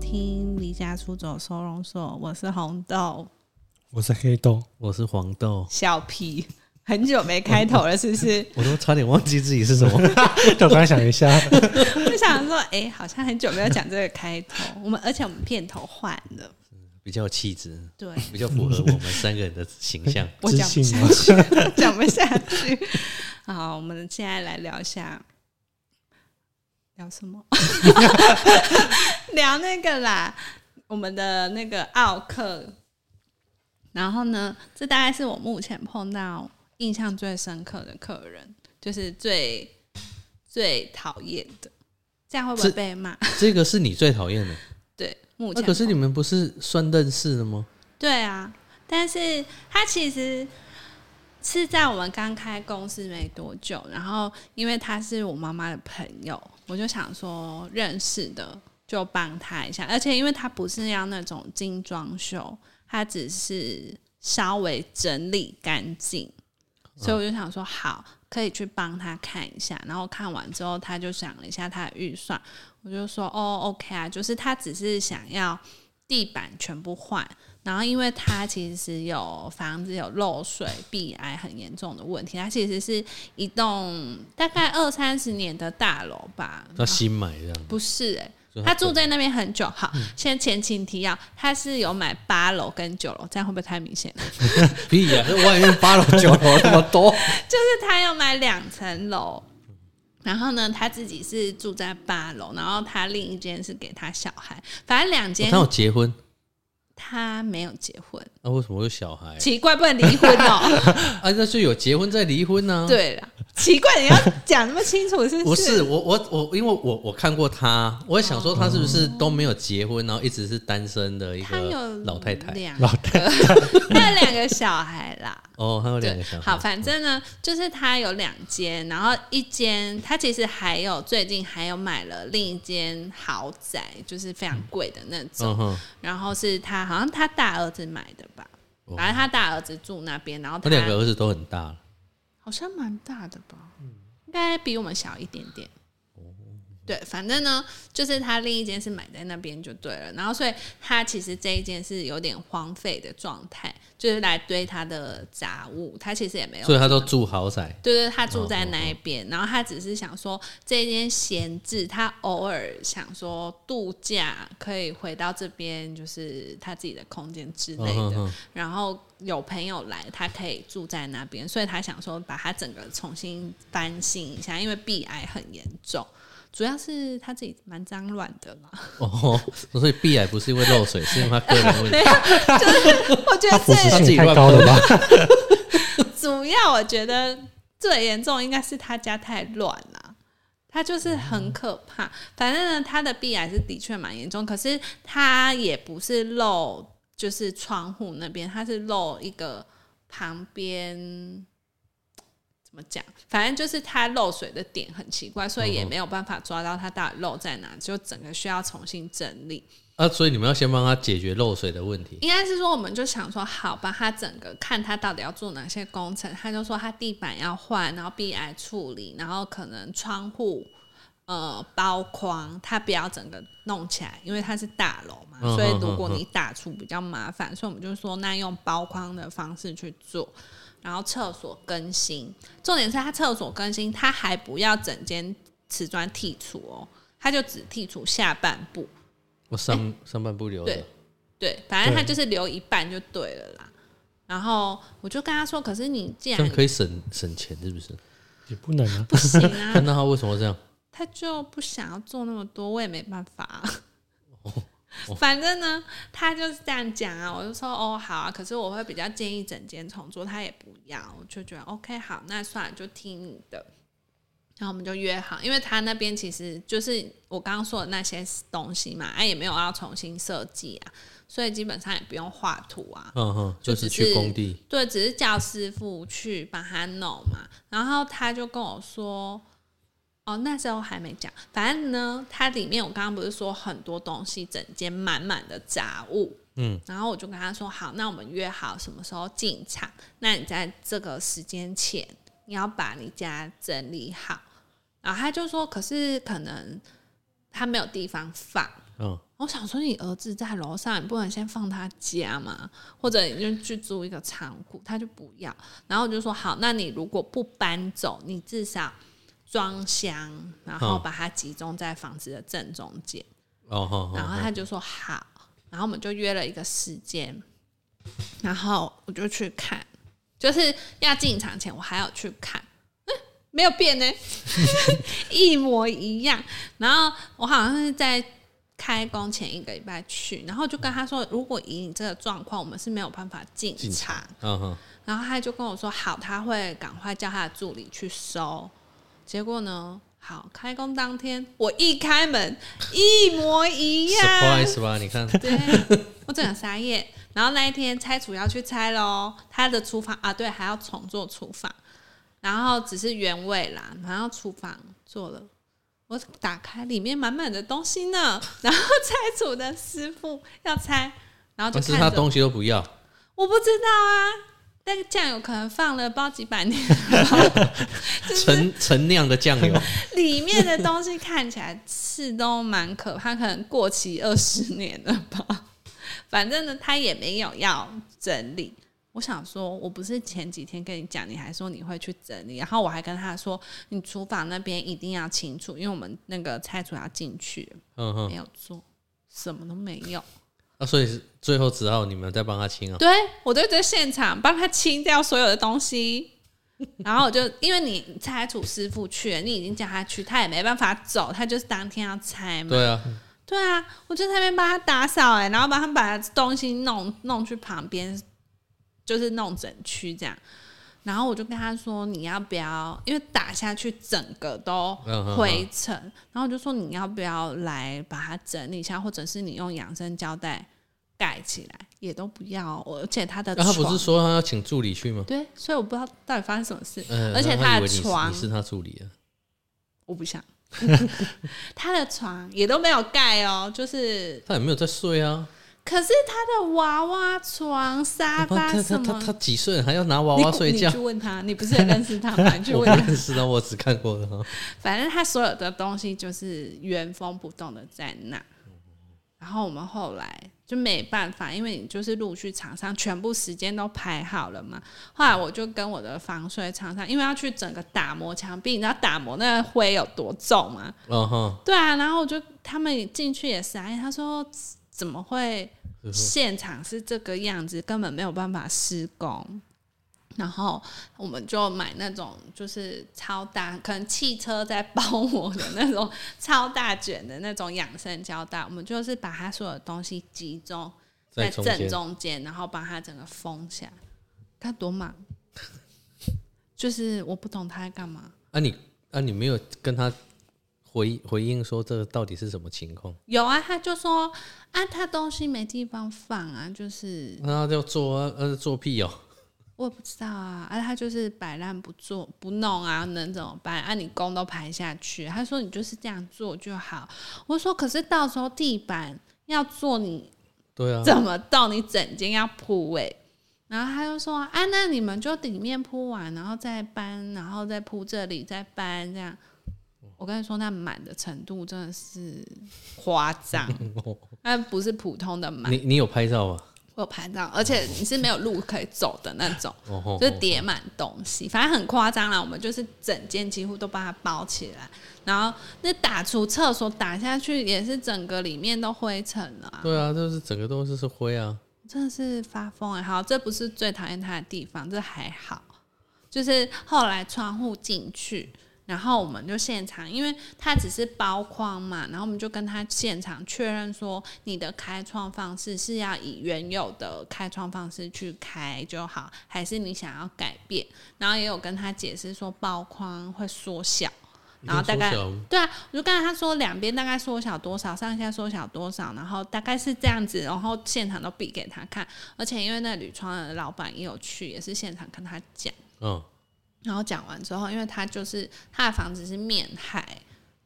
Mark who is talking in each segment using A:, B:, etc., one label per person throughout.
A: 听《离家出走收容所》，我是红豆
B: 我是黑豆，
C: 我是黄豆，
A: 小皮， 很久没开头了，是不是？
C: 我都差点忘记自己是什么。
B: 就刚想 一下，
A: 我想说，哎、好像很久没有讲这个开头，我们而且我们片头换了，
C: 比较有气质，
A: 对，
C: 比较符合我们三个人的形象。
A: 我
B: 知
A: 讲不
B: 性
A: 下
B: 吗
A: 去， 讲不下 去。好，我们现在来聊一下，聊什么？ 聊那个啦，我们的那个奥克。然后呢，这大概是我目前碰到印象最深刻的客人，就是最最讨厌的。这样会不会
C: 是
A: 被骂？
C: 这个是你最讨厌的，
A: 对，目
C: 那
A: 前
C: 可是
A: 碰
C: 你们不是算认识的吗？
A: 对啊，但是他其实是在我们刚开公司没多久，然后因为他是我妈妈的朋友，我就想说认识的就帮他一下，而且因为他不是要那种精装修，他只是稍微整理干净，所以我就想说好。可以去帮他看一下，然后看完之后，他就想了一下他的预算，我就说哦，OK 啊，就是他只是想要地板全部换，然后因为他其实有房子有漏水、壁癌很严重的问题，它其实是一栋大概二三十年的大楼吧，
C: 他新买这样，
A: 不是哎、
C: 所以
A: 他住在那边很久，好，
C: 嗯
A: 先前情提要，他是有买八楼跟九楼，这样会不会太明显？
C: 屁呀、那啊外面八楼九楼那么多，哦
A: 就是他要买两层楼，然后呢，他自己是住在八楼，然后他另一间是给他小孩，反正两间
C: 他有结婚，
A: 他没有结婚，
C: 那、为什么会有小孩？
A: 奇怪，不能离婚哦、
C: 啊，那就有结婚再离婚呢、啊？，
A: 对了，奇怪，你要讲那么清楚是
C: 不
A: 是？哦
C: 是我我我，因为我我看过他，我也想说他是不是都没有结婚，然后一直是单身的一
A: 他有
C: 个老太太。
A: 两
B: 老大
A: 他有两个小孩啦。
C: 哦，他有两
A: 对
C: 个小，孩。
A: 好，反正呢，就是他有两间，然后一间他其实还有最近还有买了另一间豪宅，就是非常贵的那种。
C: 嗯哼，
A: 然后是他好像他大儿子买的吧，
C: 哦
A: 反正他大儿子住那边，然后
C: 他
A: 他
C: 两个儿子都很大了。
A: 好像蛮大的吧，应该比我们小一点点。对，反正呢，就是他另一间是买在那边就对了，然后所以他其实这一间是有点荒废的状态，就是来堆他的杂物，他其实也没有，
C: 所以他都住豪宅。
A: 对对，他住在那一边，然后他只是想说这一间闲置，他偶尔想说度假可以回到这边，就是他自己的空间之类的，
C: 嗯
A: 然后有朋友来，他可以住在那边，所以他想说把他整个重新翻新一下，因为鼻癌很严重，主要是他自己蛮脏乱的啦。
C: 哦，所以碧海不是因为漏水，是因为他个人问题。
A: 我觉
B: 他
A: 得最
B: 腐蚀性也太高了吧？
A: 主要，我觉得最严重应该是他家太乱了。他就是很可怕，反正呢，他的鼻癌是的确蛮严重，可是他也不是漏，就是窗户那边，他是漏一个旁边怎么讲？反正就是它漏水的点很奇怪，所以也没有办法抓到它到底漏在哪，就整个需要重新整理。
C: 啊，所以你们要先帮他解决漏水的问题。
A: 应该是说，我们就想说，好吧，他整个看他到底要做哪些工程，他就说他地板要换，然后 B I 处理，然后可能窗户呃包框，他不要整个弄起来，因为它是大楼嘛，
C: 嗯
A: 所以
C: 嗯
A: 如果
C: 嗯嗯
A: 你打出比较麻烦，所以我们就说那用包框的方式去做。然后厕所更新，重点是他厕所更新，他还不要整间瓷砖剔除哦，他就只剔除下半部，
C: 我上上半部留
A: 哎对
C: 的，
A: 对，反正他
B: 对
A: 就是留一半就对了啦。然后我就跟他说：“可是你既
C: 这
A: 然
C: 样可以省省钱，是不是？
B: 也不能啊，
A: 不行
C: 看
A: 啊，
C: 到他为什么这样？
A: 他就不想要做那么多，我也没办法啊、
C: 哦
A: 反正呢，他就是这样讲啊，我就说哦好啊，可是我会比较建议整间重做，他也不要，我就觉得 OK 好，那算了，就听你的。然后我们就约好，因为他那边其实就是我刚刚说的那些东西嘛，哎、也没有要重新设计啊，所以基本上也不用画图啊，
C: 嗯哼，
A: 就
C: 就
A: 只
C: 是
A: 是
C: 去工地。
A: 对，只是叫师傅去帮他弄嘛。然后他就跟我说，哦，那时候还没讲，反正呢，它里面我刚刚不是说很多东西，整间满满的杂物。
C: 嗯，
A: 然后我就跟他说，好，那我们约好什么时候进场？那你在这个时间前，你要把你家整理好。然后他就说，可是可能他没有地方放。
C: 嗯，
A: 我想说，你儿子在楼上，你不能先放他家嘛？或者你就去租一个仓库，他就不要。然后我就说好，那你如果不搬走，你至少装箱，然后
C: 嗯
A: 把它集中在房子的正中间。
C: 哦好
A: 然后
C: 好，
A: 他就说好，然后我们就约了一个时间，然后我就去看，就是要进场前我还要去看， 嗯，没有变呢， 一模一样。然后我好像是在开工前一个礼拜去，然后就跟他说，如果以你这个状况，我们是没有办法进
C: 进场
A: 场
C: 嗯哼，
A: 然后他就跟我说好，他会赶快叫他的助理去收。结果呢，好，开工当天我一开门，一模一样。
C: surprise 吧，你看，
A: 对， 我整个傻眼。然后那一天拆除要去拆喽，他的厨房啊，对，还要重做厨房，然后只是原位啦，然后厨房做了。我打开里面满满的东西呢，然后拆除的师傅要拆，然后就
C: 但哦是
A: 看
C: 他
A: 着
C: 东西都不 要，
A: 我不知道啊，那个酱油可能放了包几百年了，
C: 陈陈酿的酱 油，
A: 里面的东西看起来是都蛮可怕，可能过期二十年了吧。反正呢，他也没有要整理。我想说，我不是前几天跟你讲，你还说你会去整理，然后我还跟他说，你厨房那边一定要清楚，因为我们那个拆除要进去，
C: 嗯哼
A: 没，有做，什么都没有。
C: 那所以最后只好你们再帮他清啊，
A: 对我就在现场帮他清掉所有的东西， 然后我就因为你拆除师傅去了，你已经叫他去，他也没办法走，他就是当天要拆嘛。
C: 对啊，
A: 对啊，我就在那边帮他打扫哎、然后帮他把东西弄弄去旁边，就是弄整区这样。然后我就跟他说：“你要不要？因为打下去整个都
C: 嗯哼
A: 灰尘。然后我就说：“你要不要来把它整理一下，或者是你用养生胶带盖起来，也都不要。而且他的
C: 那
A: 床，
C: 啊他不是说他要请助理去吗？
A: 对，所以我不知道到底发生什么事。
C: 嗯，
A: 而且
C: 他
A: 的
C: 以为你是
A: 床
C: 你是他助理啊，
A: 我不想， 他的床也都没有盖哦，就是
C: 他也没有在睡啊，
A: 可是他的娃娃床、沙
C: 哦他
A: 发
C: 他
A: 什
C: 他
A: 么，
C: 他他几岁了还要拿娃娃睡
A: 你
C: 觉
A: 你去？问他，你不是也认识他吗？你去
C: 我
A: 问
C: 不
A: 他。
C: 认识的，我只看过的哈。
A: 反正他所有的东西就是原封不动的在那。然后我们后来就没办法，因为你就是陆续厂商全部时间都排好了嘛。后来我就跟我的防水厂商，因为要去整个打磨墙壁，你知道打磨那个灰有多重吗？
C: 嗯哼，
A: 对啊，然后我就他们进去也傻眼，他说怎么会现场是这个样子，根本没有办法施工。然后我们就买那种就是超大，可能汽车在包我的那种超大卷的那种养生胶带，我们就是把它所有东西集中在
C: 在中间
A: 正中间，然后把它整个封起来。他多忙，就是我不懂他在干嘛。
C: 啊你啊你没有跟他回回应说这个到底是什么情况？
A: 有啊，他就说啊，他东西没地方放啊，就是
C: 那他要做啊，呃做屁哦，
A: 我也不知道啊，啊，他就是摆烂不做不弄啊，能怎么办？啊，你工都排下去，他说你就是这样做就好。我说可是到时候地板要做你
C: 对啊，
A: 怎么动？你整间要铺哎、然后他就说啊，那你们就里面铺完，然后再搬，然后再铺这里，再搬这样。我跟你说，那满的程度真的是夸张，那不是普通的满。
C: 你你有拍照啊吧？
A: 会有拍照，而且你是没有路可以走的那种，
C: 哦吼，
A: 就是叠满东西，反正很夸张啦。我们就是整间几乎都把它包起来，然后那打出厕所打下去也是整个里面都灰尘了啊、
C: 对啊，就是整个都是是灰啊。
A: 真的是发疯哎、好，这不是最讨厌他的地方，这还好。就是后来窗户进去，然后我们就现场，因为他只是包框嘛，然后我们就跟他现场确认说，你的开窗方式是要以原有的开窗方式去开就好，还是你想要改变？然后也有跟他解释说，包框会缩小，然后大概
C: 一定缩小
A: 对啊，我就跟他说两边大概缩小多少，上下缩小多少，然后大概是这样子，然后现场都比给他看。而且因为那铝窗的老板也有去，也是现场跟他讲。
C: 嗯，
A: 然后讲完之后，因为他就是他的房子是面海，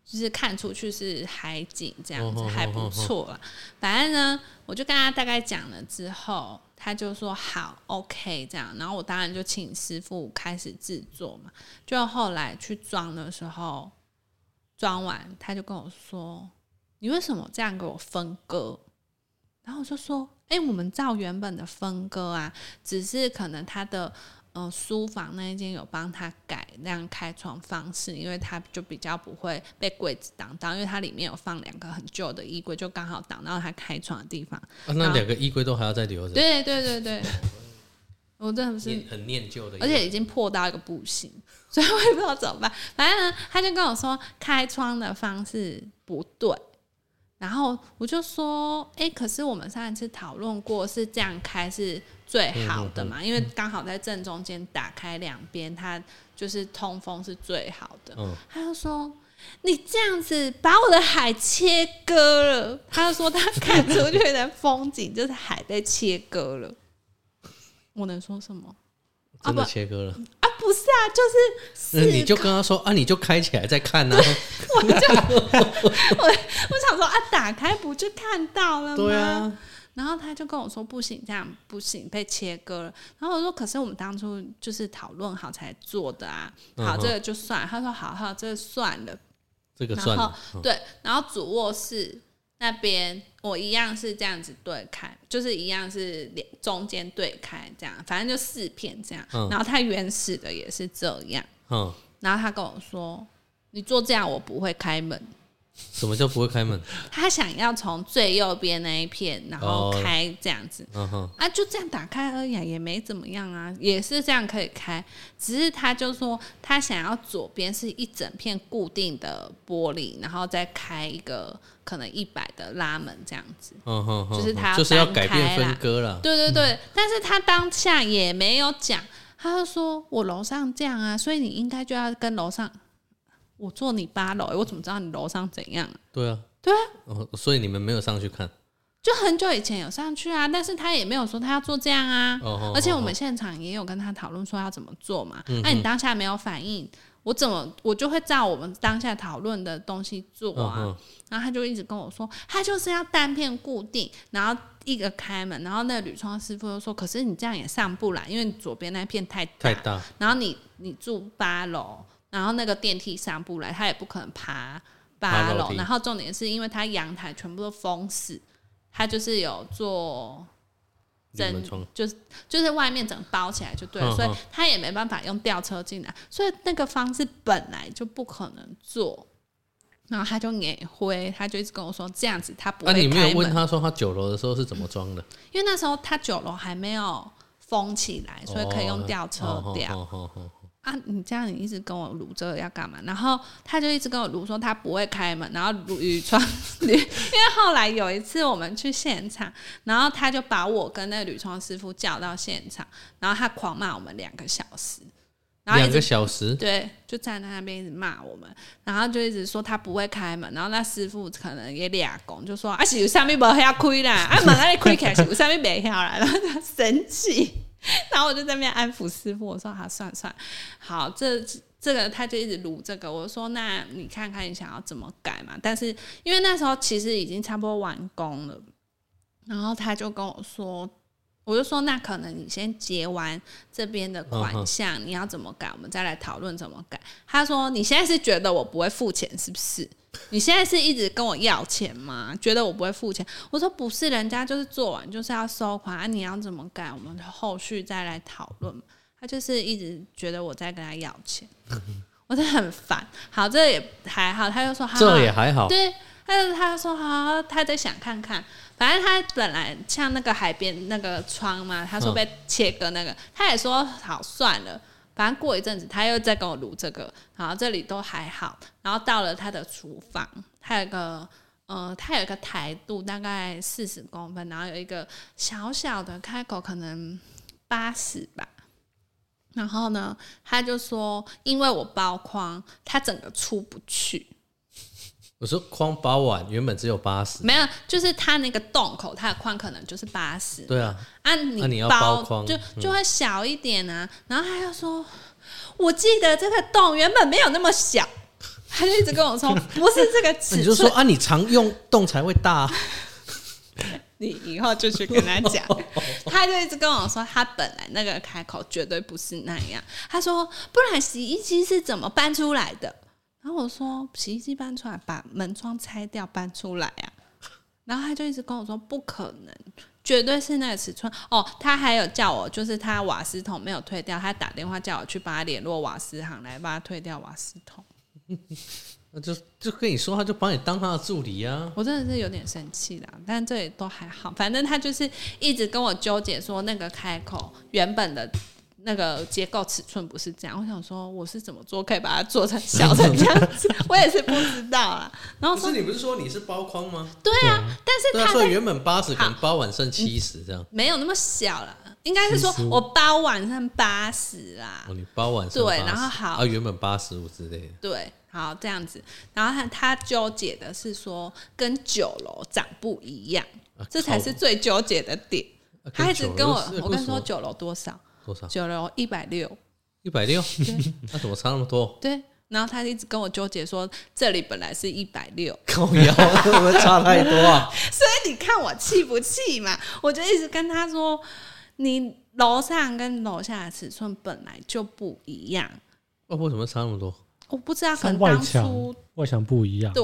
A: 就是看出去是海景这样子，
C: 哦哦哦
A: 还不错啦。反正呢，我就跟他大概讲了之后，他就说好，OK 这样。然后我当然就请师傅开始制作嘛。就后来去装的时候，装完他就跟我说：“你你为什么这样给我分割？”然后我就说：“哎、我们照原本的分割啊，只是可能他的呃书房那一间有帮他改那样开窗方式，因为他就比较不会被柜子挡到，因为它里面有放两个很旧的衣柜，就刚好挡到他开窗的地方。
C: 啊那两个衣柜都还要再留着，
A: 对对对 对，我真的是
C: 念很念旧的衣
A: 而
C: 柜，
A: 且已经破到一个不行， 所以我也不知道怎么办。反正呢，他就跟我说开窗的方式不对，然后我就说，诶，可是我们上一次讨论过是这样开是最好的嘛，因为刚好在正中间打开两边，它就是通风是最好的。
C: 嗯，
A: 他就说。你这样子把我的海切割了，他就说他看出去的风景就是海被切割了。我能说什么？啊
C: 真的
A: 不
C: 切割了。
A: 啊，不是啊，就是
C: 那
A: 是
C: 你就跟他说啊，你就开起来再看 啊呐。
A: 我我想说啊，打开不就看到了吗？
C: 对啊，
A: 然后他就跟我说不行，这样不行，被切割了。然后我说可是我们当初就是讨论好才做的啊，好
C: 嗯哼
A: 这个就算了。他说好好，这个算了。
C: 这个
A: 然
C: 算
A: 后
C: 了。
A: 对，然后主卧室那边我一样是这样子对开，就是一样是连中间对开这样，反正就四片这样。
C: 嗯
A: 然后他原始的也是这样。
C: 嗯，
A: 然后他跟我说：“你做这样我不会开门。”
C: 什么叫不会开门？
A: 他想要从最右边那一片，然后
C: 哦
A: 开这样子、
C: 嗯哼，
A: 啊，就这样打开而已、啊，也没怎么样啊，也是这样可以开。只是他就说他想要左边是一整片固定的玻璃，然后再开一个可能一百的拉门这样子。
C: 嗯哼哼，
A: 就是他要
C: 就是要
A: 搬
C: 改
A: 开
C: 变
A: 啦
C: 分割了。
A: 对对
C: 嗯
A: 对，但是他当下也没有讲，他就说我楼上这样啊，所以你应该就要跟楼上。我坐你八楼、欸我怎么知道你楼上怎样啊、
C: 对啊，
A: 对啊，
C: 哦，所以你们没有上去看。
A: 就很久以前有上去啊，但是他也没有说他要做这样啊。
C: 哦哦
A: 而且我
C: 哦嗯
A: 们现场也有跟他讨论说要怎么做嘛。那、你当下没有反应，我怎么我就会照我们当下讨论的东西做
C: 嗯
A: 啊？
C: 哼，
A: 然后他就一直跟我说，他就是要单片固定，然后一个开门。然后那个铝窗师傅就说，可是你这样也上不来，因为你左边那片太大，
C: 太大，
A: 然后你你住八楼，然后那个电梯上不来，他也不可能爬八
C: 爬楼
A: 楼。
C: 梯
A: 然后重点是因为他阳台全部都封死，他就是有做
C: 你
A: 整
C: 们窗，
A: 就是就是外面整包起来就对了，
C: 嗯
A: 所以
C: 嗯
A: 他也没办法用吊车进来，所以那个方式本来就不可能做。然后他就也灰，他就一直跟我说这样子他不
C: 那
A: 会
C: 你没
A: 开
C: 有
A: 门，
C: 问他说他九楼的时候是怎么装的？
A: 因为那时候他九楼还没有封起来，所以可以用吊车吊。
C: 哦哦哦哦哦
A: 啊，你这样你一直跟我撸这个要干嘛？然后他就一直跟我撸说他不会开门，然后撸雨窗 因为后来有一次我们去现场，然后他就把我跟那个铝窗师傅叫到现场，然后他狂骂我们两个小时，然后一
C: 两
A: 直
C: 个小时，
A: 对，就站在那边一直骂我们，然后就一直说他不会开门，然后那师傅可能也俩拱，就说啊是有啥咪无遐开啦，啊门啊你开起来是有啥咪没晓啦， 然后他生气， 然后我就在那边安抚师傅，我说好、算了算了，好这。这个他就一直撸这个，我说那你看看你想要怎么改嘛？但是因为那时候其实已经差不多完工了，然后他就跟我说，我就说那可能你先结完这边的
C: 嗯
A: 款项，你要怎么改，我们再来讨论怎么改。他说你现在是觉得我不会付钱是不是？你现在是一直跟我要钱吗？觉得我不会付钱？我说不是，人家就是做完就是要收款，啊、你要怎么改，我们后续再来讨论嘛。他就是一直觉得我在跟他要钱， 我真的很烦。好，这也还好，他就说好好
C: 这也还好。
A: 对，他就他就说好，他在想看看。反正他本来像那个海边那个窗嘛，他说被切割那个，他也说好算了。反正过一阵子他又在跟我撸这个，然后这里都还好。然后到了他的厨房，他有一个呃，他有一个台度大概四十公分，然后有一个小小的开口，可能八十吧。然后呢，他就说，因为我包框，他整个出不去。
C: 我说框包碗原本只有八十，
A: 没有，就是它那个洞口，它的宽可能就是八十。
C: 对啊，
A: 啊，你
C: 啊你要包框
A: 就就会小一点啊。然后他又说，我记得这个洞原本没有那么小，他就一直跟 我说不是这个
C: 那你
A: 尺
C: 就说
A: 寸。
C: 啊，你常用洞才会大啊。
A: 你以后就去跟他讲，他就一直跟我说，他本来那个开口绝对不是那样。他说，不然洗衣机是怎么搬出来的？然后我说洗衣机搬出来，把门窗拆掉搬出来啊。然后他就一直跟我说不可能，绝对是那个尺寸哦。他还有叫我，就是他瓦斯桶没有退掉，他打电话叫我去帮他联络瓦斯行来帮他退掉瓦斯桶。
C: 那就就跟你说，他就把你当他的助理啊。
A: 我真的是有点生气啦，但这也都还好。反正他就是一直跟我纠结说那个开口原本的。那个结构尺寸不是这样，我想说我是怎么做可以把它做成小成这样子，我也是不知道啊。然后
C: 不
A: 说
C: 是你不是说你是包框吗？
A: 对啊，
C: 对
A: 但是
C: 啊，
A: 他
C: 所以
A: 在
C: 原本八十，可能包完剩七十这样。
A: 没有那么小了，应该是说
B: 75
A: 我包晚上八十啦
C: 哦，，你包完剩
A: 啊对
C: 80
A: 然后好
C: 啊，原本八十五之类的。
A: 对，好这样子。然后他他纠结的是说跟九楼长不一样，
C: 啊
A: 这才是最纠结的点。
C: 啊
A: 他一直跟我
C: 九楼是，
A: 我跟他说
C: 为什么啊
A: 九楼多少？
C: 多少？
A: 九楼一百六，
C: 一百六？ 那怎么差那么 多？
A: 对。然后他一直跟我纠结说，这里本来是一百六，
C: 高腰会不会差太多 啊？
A: 所以你看我气不气嘛？我就一直跟他说，你楼上跟楼下的尺寸本来就不一样，
C: 哦，为什么差那么多？
A: 我不知道可
B: 像
A: 能
B: 外
A: 当
B: 墙
A: 初，
B: 外墙不一样。
A: 对，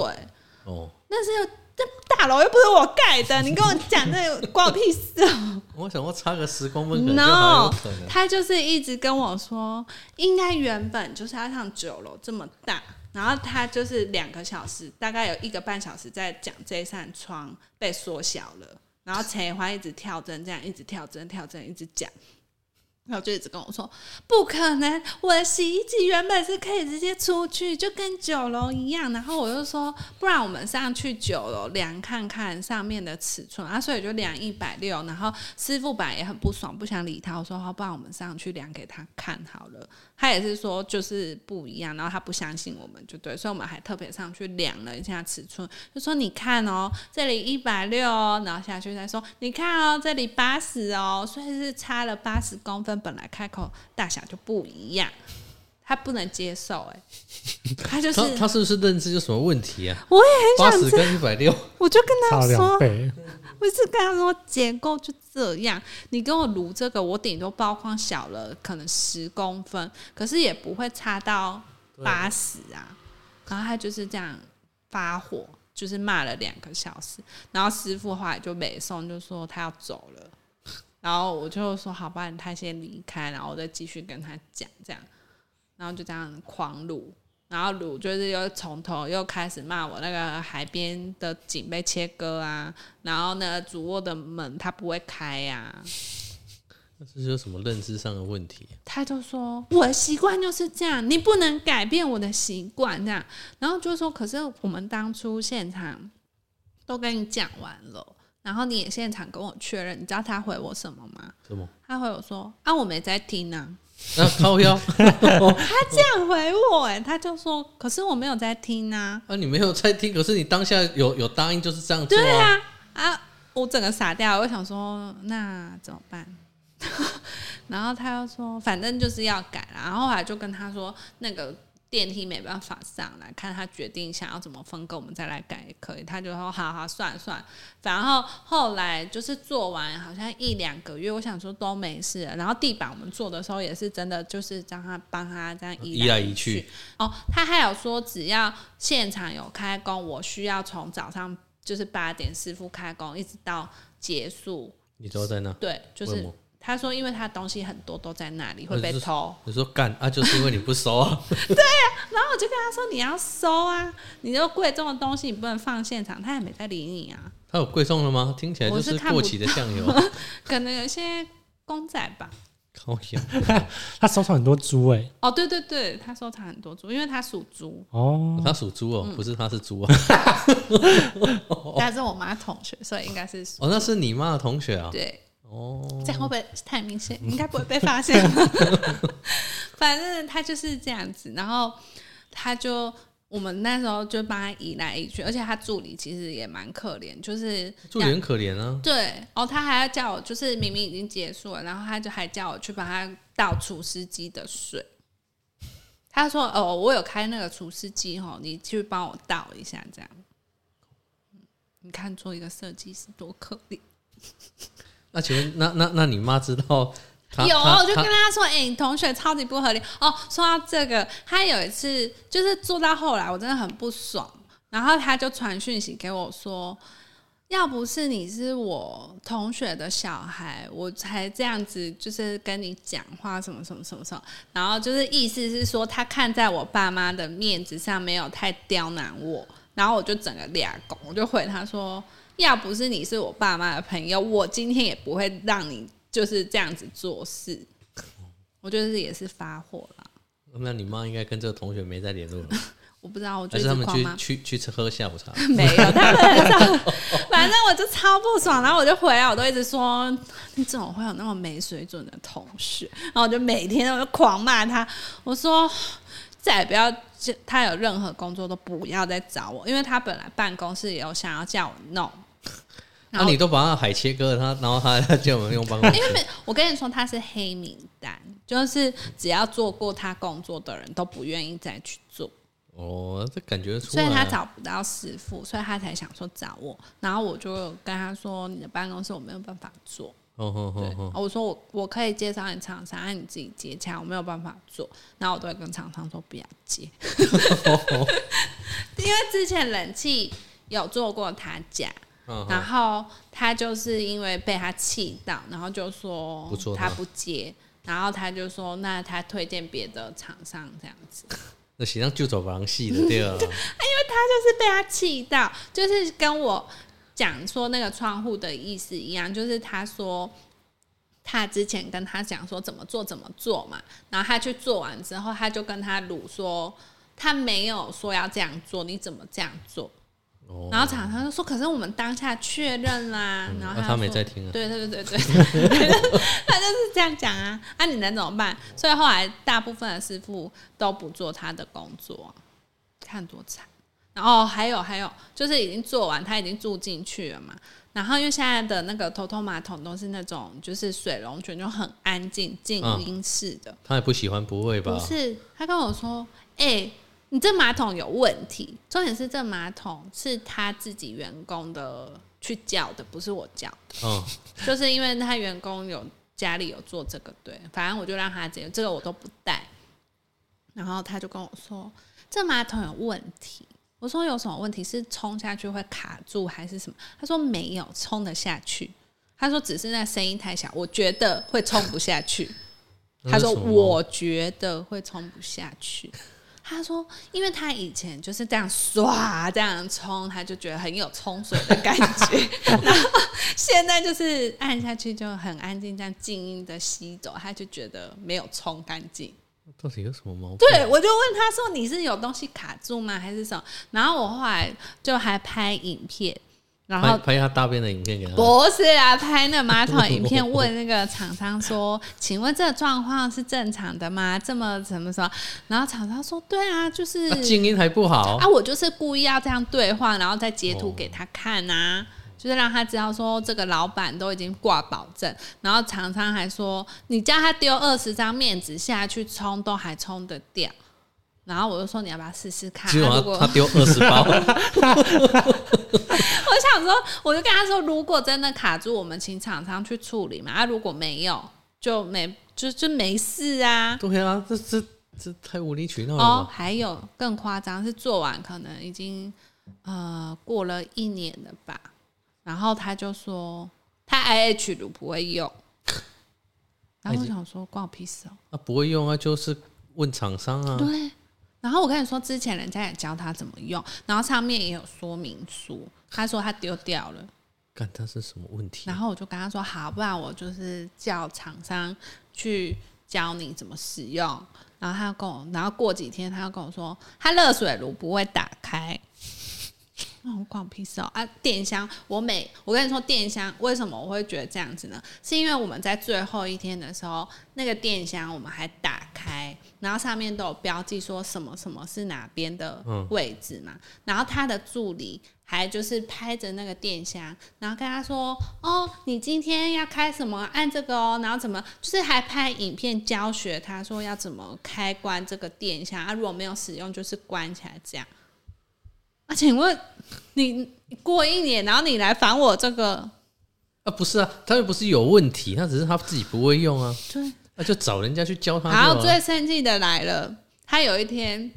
C: 哦，
A: 那是有这大楼又不是我盖的，你跟我讲这个关我屁事哦。
C: 我想要差个十公分，可能就还有
A: No，
C: 可能。
A: 他就是一直跟我说，应该原本就是要像九楼这么大，然后他就是两个小时，大概有一个半小时在讲这扇窗被缩小了，然后陈花一直跳针，这样一直跳针跳针一直讲。然后就一直跟我说，不可能，我的洗衣机原本是可以直接出去，就跟九楼一样。然后我就说，不然我们上去九楼量看看上面的尺寸啊，所以就量一百六。然后师傅本来也很不爽，不想理他，我说，好，不然我们上去量给他看好了。他也是说就是不一样，然后他不相信我们，就对，所以我们还特别上去量了一下尺寸，就说你看哦，这里一百六哦，然后下去再说，你看哦，这里八十哦，所以是差了八十公分，本来开口大小就不一样，他不能接受，哎，他就是
C: 他他是不是认知有什么问题啊？
A: 我也
C: 八
A: 很想
C: 十
A: 知道，
C: 跟一百六，
A: 我就跟他
B: 差
A: 说
B: 两，倍，
A: 我是跟他说结构就这样，你跟我撸这个，我顶多包框小了可能十公分，可是也不会差到八十啊。然后他就是这样发火，就是骂了两个小时，然后师傅后来就没送，就说他要走了。然后我就说好吧，他先离开，然后我再继续跟他讲这样，然后就这样狂撸，然后撸就是又从头又开始骂我那个海边的景被切割啊，然后呢主卧的门他不会开啊呀、
C: 那是不是有什么认知上的问题啊？
A: 他就说我的习惯就是这样，你不能改变我的习惯这样。然后就说，可是我们当初现场都跟你讲完了，然后你也现场跟我确认，你知道他回我什么吗？
C: 什么？
A: 他回我说啊，我没在听啊。
C: 那高腰？
A: 他这样回我、哎，他就说，可是我没有在听啊。
C: 啊，你没有在听，可是你当下有有答应就是这样做
A: 对
C: 啊。
A: 啊，啊，我整个傻掉了，我想说那怎么办？然后他又说，反正就是要改啦。然后后来就跟他说，那个电梯没办法上来，看他决定想要怎么分割，我们再来改也可以。他就说，好好，算了算了。然后后来就是做完，好像一两个月，我想说都没事了。然后地板我们做的时候也是真的，就是让他帮他这样移
C: 移来
A: 移
C: 移去。
A: 哦，他还有说，只要现场有开工，我需要从早上就是八点师傅开工，一直到结束。
C: 你都在那，
A: 对，就
C: 为什
A: 是
C: 么
A: 他说，因为他东西很多都在那里会被
C: 那就是
A: 偷。
C: 你说干啊，就是因为你不熟啊。
A: 然后我就跟他说，你要收啊，你这个贵重的东西你不能放现场，他也没在理你啊。
C: 它有贵重了吗？听起来就
A: 我是看
C: 过
A: 不
C: 期的酱油。
A: 可能有一些公仔吧。
C: 高腰，
B: 他手上很多猪哎、
A: 哦，对对对，他收藏很多猪，因为他属猪，嗯
B: 哦，
C: 它属猪哦，不是它是猪啊。
A: 他是我妈同学，所以应该是属
C: 哦，那是你妈的同学啊。
A: 对。
C: 哦，
A: 这样会不会太明显？
C: 嗯
A: 应该不会被发现。 反正他就是这样子，然后他就我们那时候就帮他移来移去，而且他助理其实也蛮可怜，就是
C: 助理很可怜啊。
A: 对哦，他还要叫我，就是明明已经结束了，然后他就还叫我去帮他倒除湿机的水。他说：“哦，我有开那个除湿机哦，你去帮我倒一下，这样。”嗯你看，做一个设计师多可怜。
C: 那请问，那那那你妈知道他
A: 有，
C: 他
A: 我就
C: 他
A: 跟他说：“哎、你同学超级不合理哦。”说到这个，他有一次就是做到后来，我真的很不爽，然后他就传讯息给我说：“要不是你是我同学的小孩，我才这样子就是跟你讲话什么什么什么什么。”然后就是意思是说，他看在我爸妈的面子上，没有太刁难我。然后我就整个俩拱，我就回他说：“要不是你是我爸妈的朋友，我今天也不会让你就是这样子做事。”我就是也是发火了，
C: 那你妈应该跟这个同学没再联络了，
A: 我不知道，我就
C: 还
A: 一直
C: 是他们
A: 狂骂
C: 去去去吃喝下午茶？
A: 没 有，他们很少。反正我就超不爽，然后我就回来，我都一直说你怎么会有那么没水准的同事？然后我就每天我就狂骂他，我说再也不要就他有任何工作都不要再找我，因为他本来办公室也有想要叫我弄。
C: 那、啊你都把他海切割了，他然后他他叫我们用办公室
A: 因，为没我跟你说他是黑名单，就是只要做过他工作的人都不愿意再去做。
C: 哦，这感觉出
A: 所
C: 来
A: 以
C: 啊。
A: 他找不到师傅，所以他才想说找我。然后我就跟他说：“你的办公室我没有办法做。
C: 哦哦
A: 对
C: 哦哦，
A: 我说我我可以介绍你厂商，按你自己接洽，我没有办法做。然后我都会跟厂商说不要接， 因为之前冷气有做过他家，
C: 嗯
A: 然
C: 哼
A: 后他就是因为被他气到，然后就说
C: 不做
A: 他
C: 他
A: 不接，然后他就说那他推荐别的厂商这样子。
C: 那形象就走狼系的对啊，
A: 就是被他气到，就是跟我讲说那个窗户的意思一样，就是他说他之前跟他讲说怎么做怎么做嘛，然后他去做完之后，他就跟他鲁说他没有说要这样做，你怎么这样做？
C: 哦
A: 然后厂商就说：“可是我们当下确认啦。
C: 嗯
A: 然后
C: 那
A: 就
C: 他没
A: 说
C: 在听啊
A: 对对对对对， 他就是这样讲啊。那、你能怎么办？所以后来大部分的师傅都不做他的工作啊，看多惨。然后还有还有，就是已经做完，他已经住进去了嘛。然后因为现在的那个头头马桶都是那种就是水龙卷，就很安静静
C: 嗯
A: 音式的，
C: 他也不喜欢，不会吧
A: 不？是，他跟我说：“哎、你这马桶有问题。重点是这马桶是他自己员工的去叫的，不是我叫的，
C: 嗯，
A: 就是因为他员工有家里有做这个，对，反正我就让他接，这个我都不带。然后他就跟我说：这马桶有问题。”我说有什么问题？是冲下去会卡住还是什么？他说没有，冲得下去。他说只是那声音太小，我觉得会冲不下去。
C: 那
A: 他
C: 是
A: 说：“
C: 什么
A: 我觉得会冲不下去。”他说：“因为他以前就是这样唰这样冲，他就觉得很有冲水的感觉， 然后现在就是按下去就很安静，这样静音的吸走，他就觉得没有冲干净。”
C: 到底有什么毛病？
A: 对，我就问他说：“你是有东西卡住吗，还是什么？”然后我后来就还拍影片，然后
C: 拍拍他大便的影片给 他。
A: 不是啊，拍那马桶影片，问那个厂商说：“请问这个状况是正常的吗？这么什么什么？”然后厂商说：“对啊，就是
C: 啊静音还不好
A: 啊，，我就是故意要这样对话，然后再截
C: 哦
A: 图给他看啊。就是让他知道说这个老板都已经挂保证，然后厂商还说你叫他丢二十张面纸下去冲都还冲得掉，然后我就说你要不要试试看？
C: 结
A: 啊如
C: 果
A: 果
C: 他他丢二十包，
A: 我想说，我就跟他说，如果真的卡住，我们请厂商去处理嘛。啊，如果没有，就没就就没事啊。
C: 对啊，这这这太无理取闹了
A: 哦，
C: 吧？
A: 还有更夸张是做完可能已经呃过了一年了吧，然后他就说他 IH 乳不会用，然后我想说关我屁事哦。
C: 啊，不会用啊，就是问厂商啊。
A: 对，然后我跟你说，之前人家也教他怎么用，然后上面也有说明书，他说他丢掉了。
C: 看他是什么问题
A: 然？后我就跟他说：“好，不然我就是叫厂商去教你怎么使用。”然后他就跟我，然后过几天他就跟我说，他热水炉不会打开。那我管我屁事哦啊！电箱，我每我跟你说电箱为什么我会觉得这样子呢？是因为我们在最后一天的时候，那个电箱我们还打开，然后上面都有标记说什么什么是哪边的
C: 嗯
A: 位置嘛。然后他的助理还就是拍着那个电箱，然后跟他说：“哦，你今天要开什么？按这个哦。”然后怎么就是还拍影片教学他说要怎么开关这个电箱啊，如果没有使用就是关起来这样。啊，请问你你过一年，然后你来烦我这个，
C: 啊，不是啊，他又不是有问题，他只是他自己不会用啊，
A: 对，
C: 那就找人家去教他就
A: 然
C: 好啊
A: 后最
C: 了。
A: 生气的来了，他有一天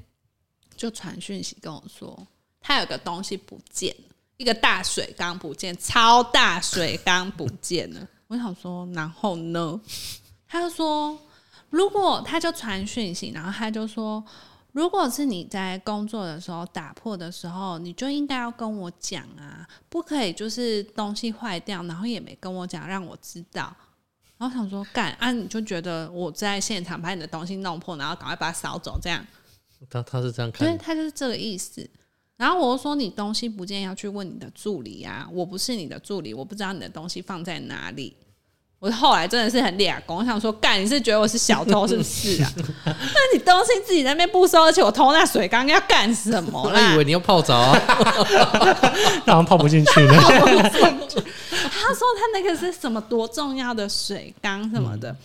A: 就传讯息跟我说，他有个东西不见了，一个大水缸不见，超大水缸不见了。 我想说，然后呢？他就说，如果他就传讯息，然后他就说。如果是你在工作的时候打破的时候，你就应该要跟我讲啊，不可以就是东西坏掉，然后也没跟我讲，让我知道。然后想说干啊，你就觉得我在现场把你的东西弄破，然后赶快把它扫走，这样。
C: 他他是这样
A: 对，
C: 看，
A: 他就是这个意思。然后我就说你东西不见要去问你的助理啊，我不是你的助理，我不知道你的东西放在哪里。我后来真的是很脸红，我想说干，你是觉得我是小偷是不是啊？ 那你东西自己在那边不收，而且我偷那水缸要干什么啦？
C: 哦他以为你要泡澡啊，
B: 让人泡不进去呢。
A: 他说他那个是什么多重要的水缸什么的。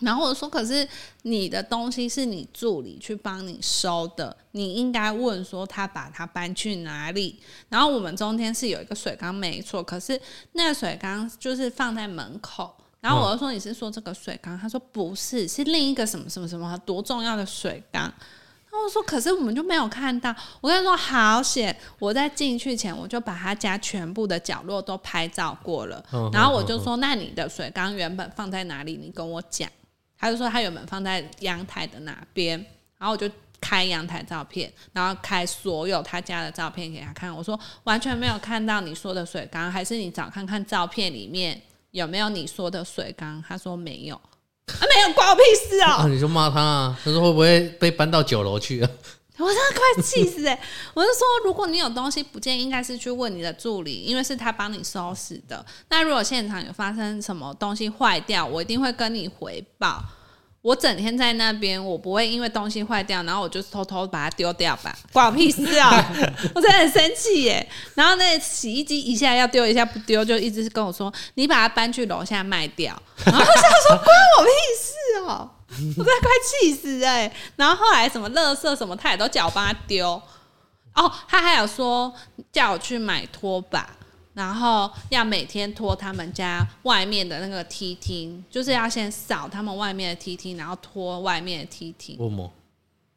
A: 然后我说，可是你的东西是你助理去帮你收的，你应该问说他把它搬去哪里。然后我们中间是有一个水缸没错，可是那个水缸就是放在门口。然后我就说你是说这个水缸，他说不是，是另一个什么什么什么多重要的水缸。然后我说，可是我们就没有看到。我跟他说，好险！我在进去前我就把他家全部的角落都拍照过了。
C: 嗯
A: 然后我就说，那你的水缸原本放在哪里？你跟我讲。他就说他原本放在阳台的哪边，然后我就开阳台照片，然后开所有他家的照片给他看。我说完全没有看到你说的水缸，还是你找看看照片里面有没有你说的水缸？他说没有，啊没有，关我屁事哦、
C: 啊，你就骂他啊，他说会不会被搬到九楼去啊？
A: 我真的快气死哎、 我是说，如果你有东西不见，应该是去问你的助理，因为是他帮你收拾的。那如果现场有发生什么东西坏掉，我一定会跟你回报。我整天在那边，我不会因为东西坏掉，然后我就偷偷把它丢掉吧，关我屁事啊！ 我真的很生气耶。然后那洗衣机一下要丢一下不丢，就一直跟我说你把它搬去楼下卖掉。然后我想说关我屁事哦、 我真的快气死哎、然后后来什么垃圾什么，他也都叫我帮他丢。哦，他还有说叫我去买拖把，然后要每天拖他们家外面的那个梯厅，就是要先扫他们外面的梯厅，然后拖外面的梯厅。
C: 我么？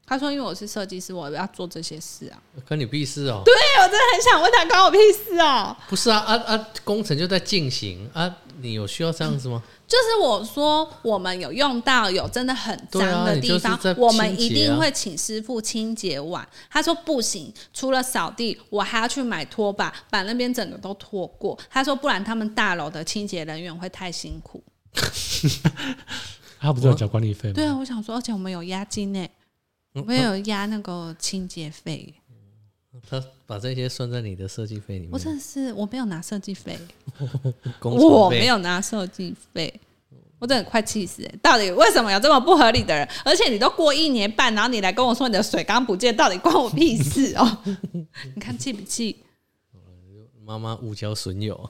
A: 他说因为我是设计师，我要做这些事啊。
C: 关你屁事哦！
A: 对，我真的很想问他，关我屁事哦、
C: 不是啊啊啊！工程就在进行啊，你有需要这样子吗？
A: 就是我说我们有用到有真的很脏
C: 对啊
A: 的
C: 你就
A: 地
C: 是
A: 方，
C: 在清洁啊
A: 我们一定会请师傅清洁完。他说不行，除了扫地，我还要去买拖把，把那边整个都拖过。他说不然他们大楼的清洁人员会太辛苦。
B: 他不是有缴管理费吗？
A: 对啊，我想说，而且我们有押金欸嗯呢、我们有押那个清洁费。
C: 他把这些算在你的设计费里
A: 我
C: 面，
A: 真的是我没有拿设计费，
C: 工
A: 我
C: 程
A: 没
C: 费。
A: 有拿设计费，我真的快气死、欸！到底为什么有这么不合理的人？而且你都过一年半，然后你来跟我说你的水缸不见，到底关我屁事 哦、你看气不气？
C: 妈妈误交损友，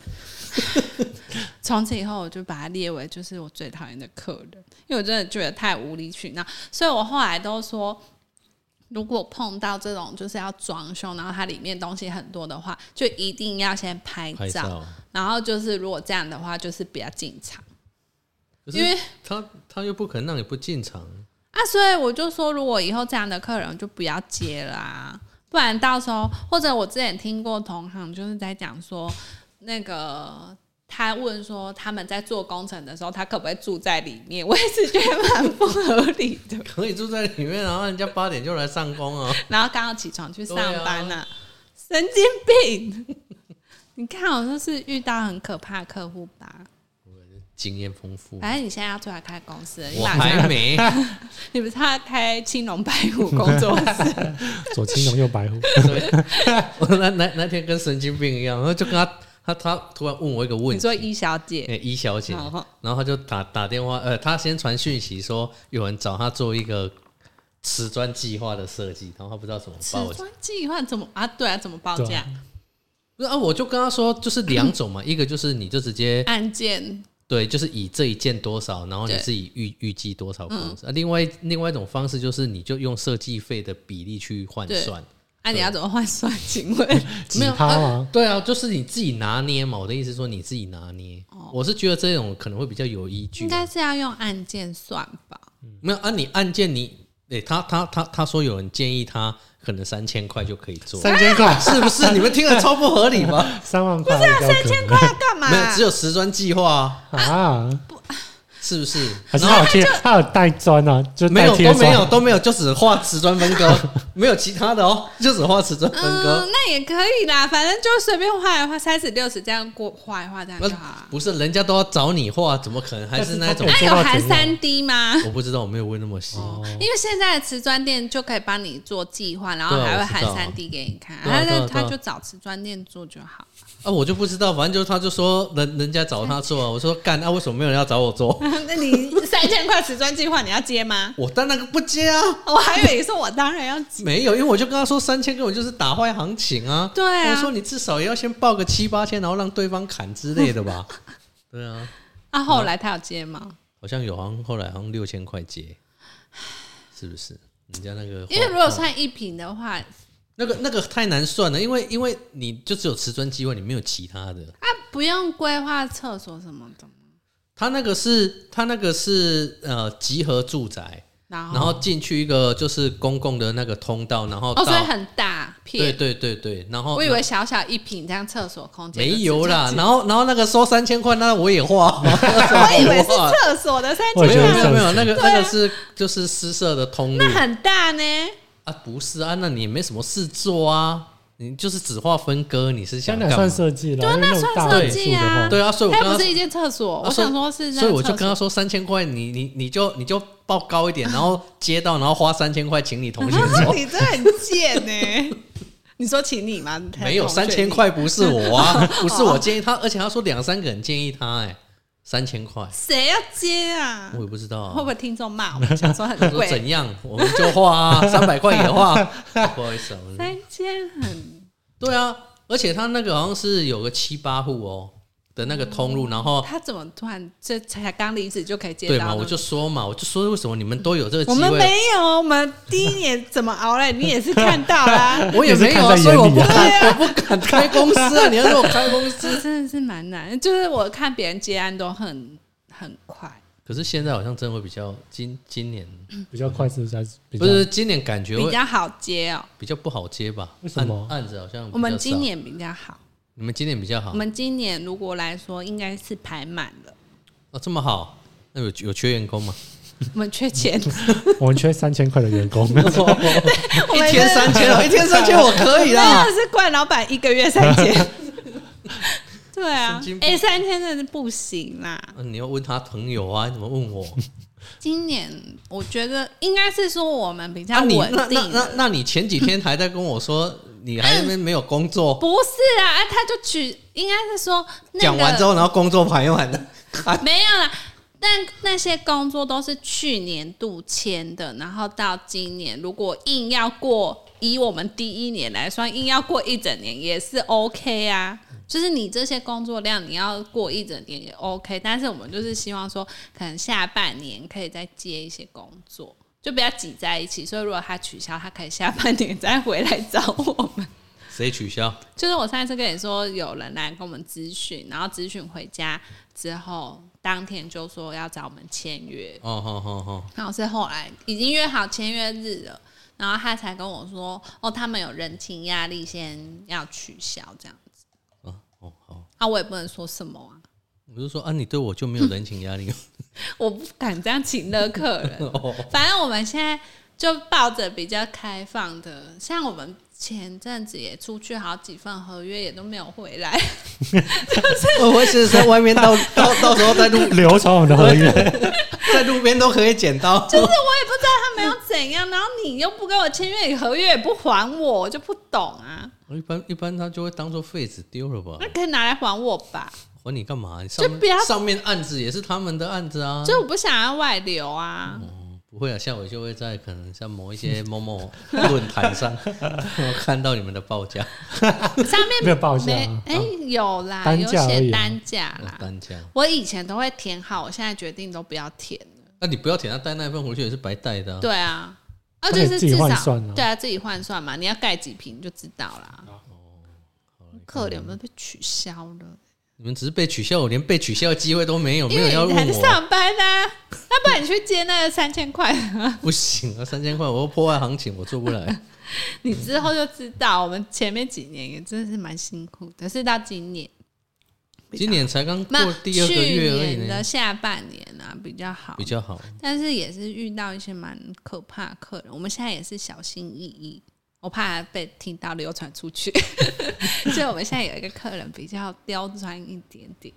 A: 从此以后，我就把他列为就是我最讨厌的客人，因为我真的觉得太无理取闹，所以我后来都说。如果碰到这种就是要装修，然后它里面东西很多的话，就一定要先拍
C: 拍
A: 照。
C: 照。
A: 然后就是如果这样的话，就是不要进场，
C: 可
A: 因为
C: 是他他又不可能让你不进场，
A: 啊，所以我就说，如果以后这样的客人我就不要接啦、不然到时候或者我之前听过同行就是在讲说，那个他问说他们在做工程的时候，他可不可以住在里面？ 我也是觉得蛮不合理的。
C: 可以住在里面，然后人家八点就来上工啊。
A: 然后刚好起床去上班
C: 对啊
A: 呢、神经病！ 你看我就是遇到很可怕的客户吧？
C: 经验丰富，
A: 反正你现在要出来开公司了，你
C: 我
A: 哎马上
C: 还没。
A: 你不是要开青龙白虎工作室？
B: 左青龙右白虎，
C: 我那 那那天跟神经病一样，然后就跟他他他突然问我一个 问
A: 你
C: 题，
A: 说一小姐，
C: 哎，一小姐，
A: 好好
C: 然后他就打打电话，呃，他先传讯息说有人找他做一个瓷砖计划的设计，然后他不知道怎么
A: 瓷
C: 报价。
A: 砖计划怎么啊？对啊，怎么报
B: 对
A: 价？
C: 不是啊，我就跟他说，就是两种 嘛，一个就是你就直接
A: 案件
C: 对，就是以这一件多少，然后你
A: 对嗯
C: 自己预预计多少工资。啊，另外另外一种方式就是你就用设计费的比例去换
A: 对
C: 算。
A: 啊，你要怎么换算？ 请问，呃
B: 几
C: 没有
B: 趴
C: 啊
B: 吗？
C: 对啊，就是你自己拿捏嘛。我的意思是说你自己拿捏，我是觉得这种可能会比较有依据
A: 哦应
C: 啊。
A: 该是要用按键算吧？
C: 没有啊，你按键你，诶、他他他他说有人建议他可能三千块就可以
A: 呃
C: 做，
B: 三千块，
C: 是不是？你们听了超不合理吧？
B: 三万块，啊
A: 啊
B: 三千块
A: 要干嘛
C: 没？有，只有瓷砖计划啊，
B: 啊？
C: 是不是？
B: 还是他有贴，他有带砖啊，就
C: 没
B: 带
C: 有
B: 贴
C: 都没有
B: 砖。
C: 都没有，就只画瓷砖分割， 没有其他的哦，就只画瓷砖分
A: 嗯
C: 割。，
A: 那也可以啦，反正就随便画一画，三十六十这样过画一画，这样
C: 那
A: 就好了。
C: 不是人家都要找你画，怎么可能还是那一
B: 但？
C: 种
A: 那
B: 是
A: 有
B: 做到
A: 含
B: 怎样
A: 三 D 吗？哦
C: 我不知道，我没有问那么细。啊
A: 因为现在的瓷砖店就可以帮你做计划，然后
C: 对
A: 还
C: 啊
A: 会
C: 我知
A: 含
C: 道啊
A: 三 D 给你看，
C: 对啊
A: 他
C: 对
A: 就
C: 啊对
A: 他
C: 啊
A: 就找瓷砖店做就好。
C: 啊，我就不知道，反正就他就说人人家找他做啊，我说干啊，为什么没有人要找我做？
A: 那你三千块瓷砖计划你要接吗？
C: 我当然不接啊，
A: 我还以为你说我当然要接。
C: 没有，因为我就跟他说三千根本就是打坏行情啊。
A: 对啊
C: 我说你至少也要先报个七八千，然后让对方砍之类的吧。对啊，
A: 啊，后来他有接吗？
C: 好像有，好像后来好像六千块接，是不是？人家那个
A: 因为如果
C: 算
A: 算一瓶的话，啊，
C: 那个那个太难算了，因为因为你就只有瓷砖机会，你没有其他的。
A: 不用规划厕所什么的吗。
C: 他那个是他那个是呃集合住宅，
A: 然后，
C: 然后进去一个就是公共的那个通道，然后到、
A: 哦，所以很大
C: 对
A: 片。
C: 对对对，然后
A: 我以为小小一瓶这样厕所空间
C: 没有啦，
A: 就直接
C: 然后然后那个收三千块，那我也 画，
A: 我
C: 我
A: 以为是厕所的三
B: 我
A: 千
B: 觉
C: 没
B: 得
C: 有没
A: 块，
C: 有没有，那个
A: 对啊
C: 那个是就是私设的通路
A: 那很大呢。
C: 啊，不是啊，那你没什么事做啊，你就是只画分割，你是
B: 香
C: 想干
B: 港
C: 嘛
B: 算？设计了，
A: 对啊
B: 因为
A: 那
B: 那种
A: 算
B: 大
A: 设
B: 笔
A: 计
B: 数的
A: 啊
B: 话
C: 对啊，所以我
A: 它
C: 跟
A: 不
C: 他
A: 是一间厕所，
C: 啊
A: 我
C: 所以
A: 想说是那
C: 所以
A: 个
C: 我就
A: 厕
C: 跟他
A: 所
C: 说三千块，你你你就你就报高一点，然后接到然后花三千块请 你同学做，
A: 你这很贱呢。 你说请你吗？
C: 没有三千，块不是 我啊，不是我建议他，而且他说两三个人建议他哎、三千块，
A: 谁要接啊？
C: 我也不知道、啊
A: 会不。会听众骂我们，讲说很
C: 他说
A: 贵？
C: 怎样，我们就 画啊，三百块也画。不好意思、啊，我
A: 三千很
C: 对啊，而且他那个好像是有个七八户哦的那个通路，然后
A: 嗯他怎么突然这才刚离职就可以接
C: 哦对
A: 到
C: 嘛，
A: 呢？
C: 我就说嘛，我就说为什么你们都有这个
A: 我
C: 机
A: 们
C: 会，。
A: 没有，我们第一年怎么熬来，你也是看到 啦
C: 我也没有啊，
B: 也是看在眼里啊
C: 所以我不敢，我不敢开公司啊！你要给我开公司，
A: 这真的是蛮难，就是我看别人接案都很很快，
C: 可是现在好像真的会比较今今年
B: 比较快，是不是还是比较
C: 不是今年感觉
A: 嗯比
C: 会
A: 较好接哦。
C: 比较不好接吧？
B: 为什么
C: 案案子好像比较
A: 我们今
C: 少啊
A: 年比较好，
C: 你们今年比较好
A: 我们今年如果来说应该是排满了，
C: 哦，这么好，那有有缺员工 吗？
A: 我们缺 钱，
B: 我们缺三千块的员 工，
A: 我们
C: 一天三千哦，一天三千我可以啦。
A: 真的是怪老板一个月三 千。对啊
C: 神经，病
A: 哎、三千真的是不行啦。
C: 啊 你要问他朋友啊，你怎么问我？
A: 今年我觉得应该是说我们比较
C: 啊你
A: 稳
C: 那那
A: 定。
C: 那那你前几天还在跟我说 你还那边没有工作，
A: 不是啊，啊他就取，应该是说 那个
C: 讲完之后然后工作排完了， 啊
A: 没有啦。但那些工作都是去年度签的，然后到今年，如果硬要过，以我们第一年来说，硬要过一整年也是 OK 啊。就是你这些工作量，你要过一整年也 OK。但是我们就是希望说，可能下半年可以再接一些工作，就不要挤在一起。所以如果他取消，他可以下半年再回来找我们。
C: 谁取消？
A: 就是我上一次跟你说，有人来跟我们咨询，然后咨询回家之后，当天就说要找我们签约，
C: 哦哦哦哦，
A: 然后是后来已经约好签约日了，然后他才跟我说，哦，他们有人情压力，先要取消这样子
C: 哦哦好，
A: 啊，我也不能说什么啊，
C: 我就说啊，你对我就没有人情 压力吗
A: 我不敢这样请了客人。
C: 哦，
A: 反正我们现在就抱着比较开放的，像我们前阵子也出去好几份合约，也都没有回来。
C: 我我是在外面 到到到时候在路
B: 流传我们的合 约，
C: 在路边都可以捡到，
A: 就是我也不知道他们要怎样，然后你又不跟我签约，你合约也不还我，我就不懂啊。
C: 一般一般他就会当做废纸丢了吧
A: 那？可以拿来还我吧，
C: 还你干嘛？你上面
A: 就不要
C: 上面案子也是他们的案子
B: 嗯
C: 啊，
A: 所以我不想要外流啊。
C: 嗯不会啊，下午就会在可能像某 一些某某论坛上 看到你们的报价
A: 上面
B: 没有报价
A: 没
B: 啊
A: 哎、有啦，
B: 单
A: 有
B: 价而
A: 写
B: 已啊
A: 单价啦。
C: 单价。
A: 我以前都会填好，我现在决定都不要填了。
C: 那、你不要舔他带那份回去也是白带的、啊。
A: 对啊，啊，
B: 他可
A: 就
B: 以
A: 是
B: 嗯自己
A: 至
B: 换
A: 少
B: 算啊哦
A: 对啊，自己换算嘛，你要盖几瓶就知道啦。可怜，我
B: 嗯
A: 们被取消了，
C: 你们只是被取消，我连被取消的机会都没有，没
A: 因
C: 有
A: 为
C: 要
A: 你还
C: 问
A: 在
C: 我，
A: 上班呢、啊，要不然你去接那个三千块，
C: 不行啊，三千块我又破坏行情，我做不来。
A: 你之后就知道。我们前面几年也真的是蛮辛苦的，是到今年， 比较
C: 今年才刚
A: 没有
C: 过第二个月而已
A: 去年
C: 呢
A: 的，下半年啊比较好
C: 比，较好。
A: 但是也是遇到一些蛮可怕的客人，我们现在也是小心翼翼，我怕被听到流传出去， 所以我们现在有一个客人比较刁钻一点点。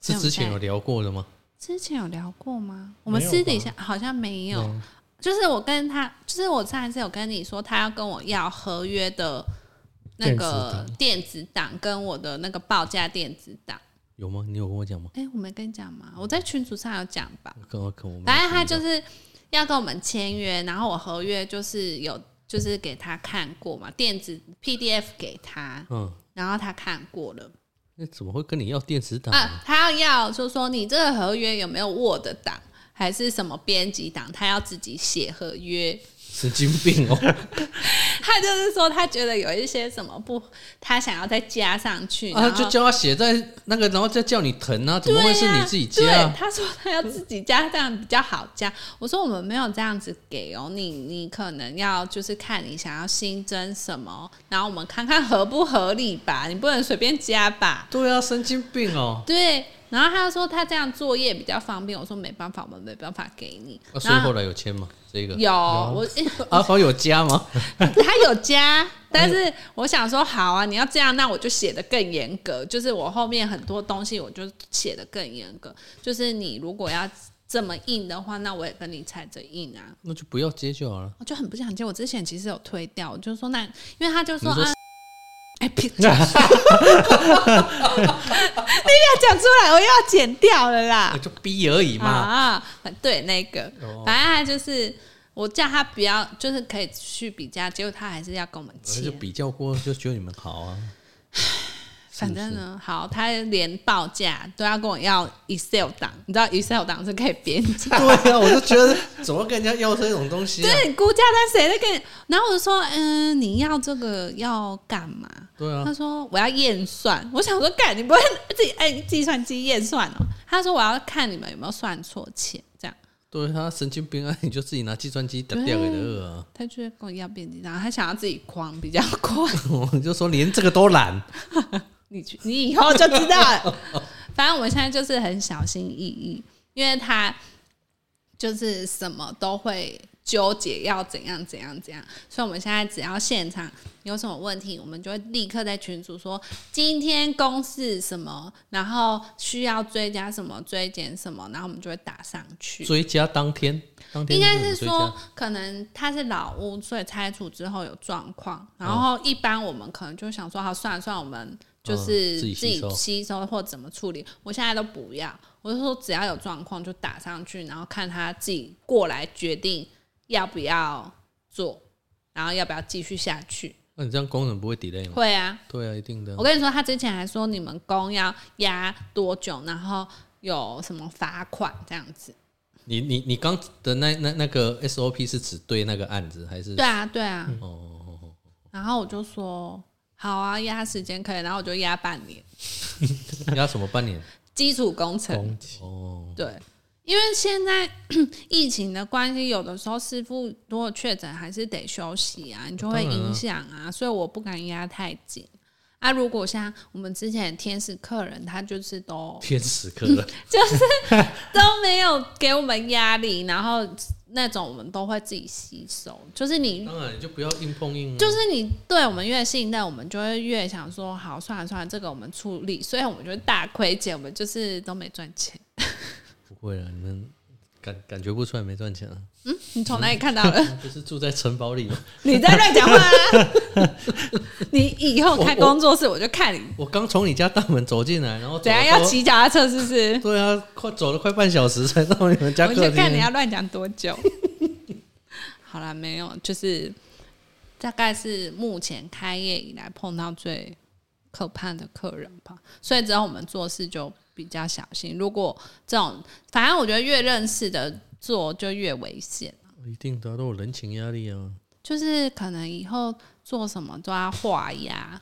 C: 是之前有聊过的吗？
A: 之前有聊过吗？我们
B: 没有
A: 私底下好像没有，就是我跟他，就是我上一次有跟你说，他要跟我要合约的那个电子档跟我的那个报价电子档。
C: 有吗？你有跟我讲吗？
A: 哎、我没跟你讲吗？我在群组上有讲吧。
C: 跟我嗯跟我没有
A: 反正他
C: 听到
A: 就是要跟我们签约，然后我合约就是有就是给他看过嘛，电子 PDF 给他，
C: 嗯，
A: 然后他看过了
C: 那怎么会跟你要电子档呢？
A: 啊，他要就说你这个合约有没有 Word 档还是什么编辑档，他要自己写合约。
C: 神经病哦！
A: 他就是说他觉得有一些什么不，他想要再加上去，
C: 啊，
A: 然
C: 就
A: 后。
C: 叫他写在那个，然后再叫你疼啊，怎么会是你自己
A: 对
C: 加、
A: 啊对，他说他要自己加，这样比较好加。我说我们没有这样子给哦，你你可能要就是看你想要新增什么，然后我们看看合不合理吧，你不能随便加吧。
C: 对啊，神经病哦！
A: 对，然后他就说他这样作业比较方便，我说没办法，我们没办法给你。
C: 啊、所以
A: 然
C: 后
A: 后
C: 来有签吗？这个
A: 有我、诶
C: 啊，好有加吗？
A: 他有加，但是我想说，好啊，你要这样，那我就写的更严格，就是我后面很多东西我就写的更严格，就是你如果要这么硬的话，那我也跟你踩着硬啊。
C: 那就不要接就好了。
A: 我就很不想接，我之前其实有推掉，我就说那，因为他就
C: 你
A: 说
C: 说
A: 啊，哎、别 你不要讲出来，我又要剪掉了啦
C: 啊。就逼而已嘛。
A: 啊，对，那个，
C: 哦
A: 反正他就是我叫他不要，就是可以去比价，结果他还是要跟我们
C: 那
A: 签
C: 就。比较过，就觉得你们好啊。
A: 反正呢，好，他连报价都要跟我要 Excel 档，你知道 Excel 档是可以编辑。
C: 对啊，我就觉得怎么跟人家要这种东西、啊？
A: 对，你估价单谁在跟你？然后我就说，嗯，你要这个要干嘛？
C: 对啊
A: 他，说我要验算，我想说，干你不会自己按计算机验算哦？他说我要看你们有没有算错钱，这样
C: 对他神经病啊！你就自己拿计算机打掉给他饿啊！
A: 他就会跟我要编辑档，他想要自己框比较快。
C: 我就说连这个都懒，
A: 你去，你以后就知道了。 反正我现在就是很小心翼翼，因为他就是什么都会纠结要怎样怎样怎样，所以我们现在只要现场有什么问题，我们就会立刻在群组说今天公示什么，然后需要追加什么、追减什么，然后我们就会打上去。
C: 追加当天，当天
A: 应该
C: 怎
A: 是
C: 么追加
A: 说，可能他是老屋，所以拆除之后有状况。然
C: 哦
A: 后一般我们可能就想说，好，算了算了，我们就
C: 嗯
A: 是
C: 自己
A: 自
C: 吸
A: 己
C: 收
A: 吸收或怎么处理。我现在都不要，我就说只要有状况就打上去，然后看他自己过来决定要不要做，然后要不要继续下去。
C: 那你这样工人不会 delay 吗？
A: 会啊，
C: 对啊，一定的啊
A: 我。跟你说，他之前还说你们工要压多久，然后有什么罚款这样子。
C: 你你你刚的那那那个 SOP 是只对那个案子还是？
A: 对啊，对啊。
C: 哦哦，哦哦
A: 然后我就说好啊，压时间可以，然后我就压半年
C: 压什么半年？
A: 基础工程。
B: 工体
C: 哦，
A: 对，因为现在 疫情的关系，有的时候师傅如果确诊还是得休息啊，你就会
C: 当然啊
A: 影响啊，所以我不敢压太紧。啊，如果像我们之前的天使客人，他就是 都
C: 天使客人，
A: 都没有给我们压力，然后那种我们都会自己吸收。就是你
C: 当然你就不要硬碰硬啊。
A: 就是你对我们越信任，我们就会越想说，好，算了算了，这个我们处理。虽然我们觉得大亏钱，我们就是都没赚钱。
C: 不会啊了，你们感感觉不出来没赚钱啊？
A: 嗯，你从哪里看到了？
C: 不是住在城堡里吗？
A: 你在乱讲话、啊！ 你以后开工作室，我就看你
C: 我刚从你家大门走进来，然后走
A: 怎样
C: 了
A: 要
C: 多？
A: 骑脚踏车，是不是？
C: 对啊，快走了快半小时才到你们家
A: 我
C: 客
A: 就看你
C: 厅
A: 要。乱讲多久。 好了，没有，就是大概是目前开业以来碰到最可怕的客人吧，所以之后我们做事就比较小心。如果这种，反正我觉得越认识的做就越危险。
C: 一定的啊，都有人情压力啊。
A: 就是可能以后做什么都要画押，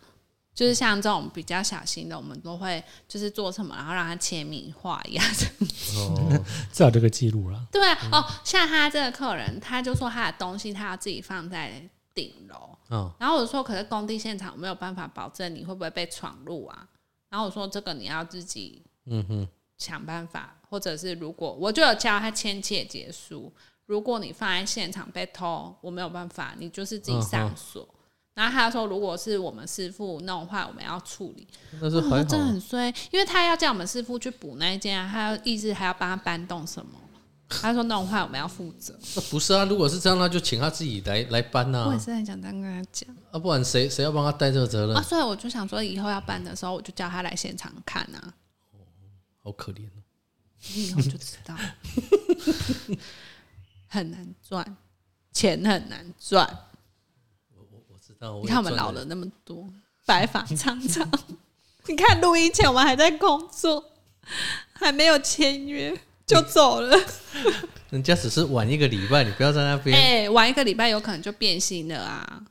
A: 就是像这种比较小心的，我们都会就是做什么，然后让他签名画押。
C: 哦，
B: 至少这个记录啦。
A: 对啊，
C: 嗯
A: 哦，像他这个客人，他就说他的东西他要自己放在顶楼，
C: 哦，
A: 然后我说，可是工地现场我没有办法保证你会不会被闯入啊。然后我说，这个你要自己
C: 嗯哼，
A: 想办法，或者是如果我就有教他签切结书，如果你放在现场被偷，我没有办法，你就是自己
C: 嗯
A: 上锁。然后他说，如果是我们师傅弄坏，我们要处理。
C: 但是
A: 我说
C: 还好
A: 这
C: 啊，
A: 哦很衰，因为他要叫我们师傅去补那一件啊，他要意思还要帮他搬动什么。他说弄坏我们要负责。
C: 那不是啊。如果是这样，那就请他自己来来搬呐、
A: 我也
C: 啊，
A: 是很想这样跟他讲
C: 啊，不然谁谁要帮他担这个责任
A: 啊，？所以我就想说，以后要搬的时候，我就叫他来现场看啊。
C: 好可怜哦。
A: 你以后就知道， 很难赚，钱很难赚。
C: 我知道，我
A: 你
C: 也
A: 看我们
C: 赚
A: 老
C: 了
A: 了那么多，白发苍苍。 你看录音前我们还在工作，还没有签约就走了。
C: 人家只是晚一个礼拜，你不要在那边。
A: 哎、玩一个礼拜有可能就变心了啊！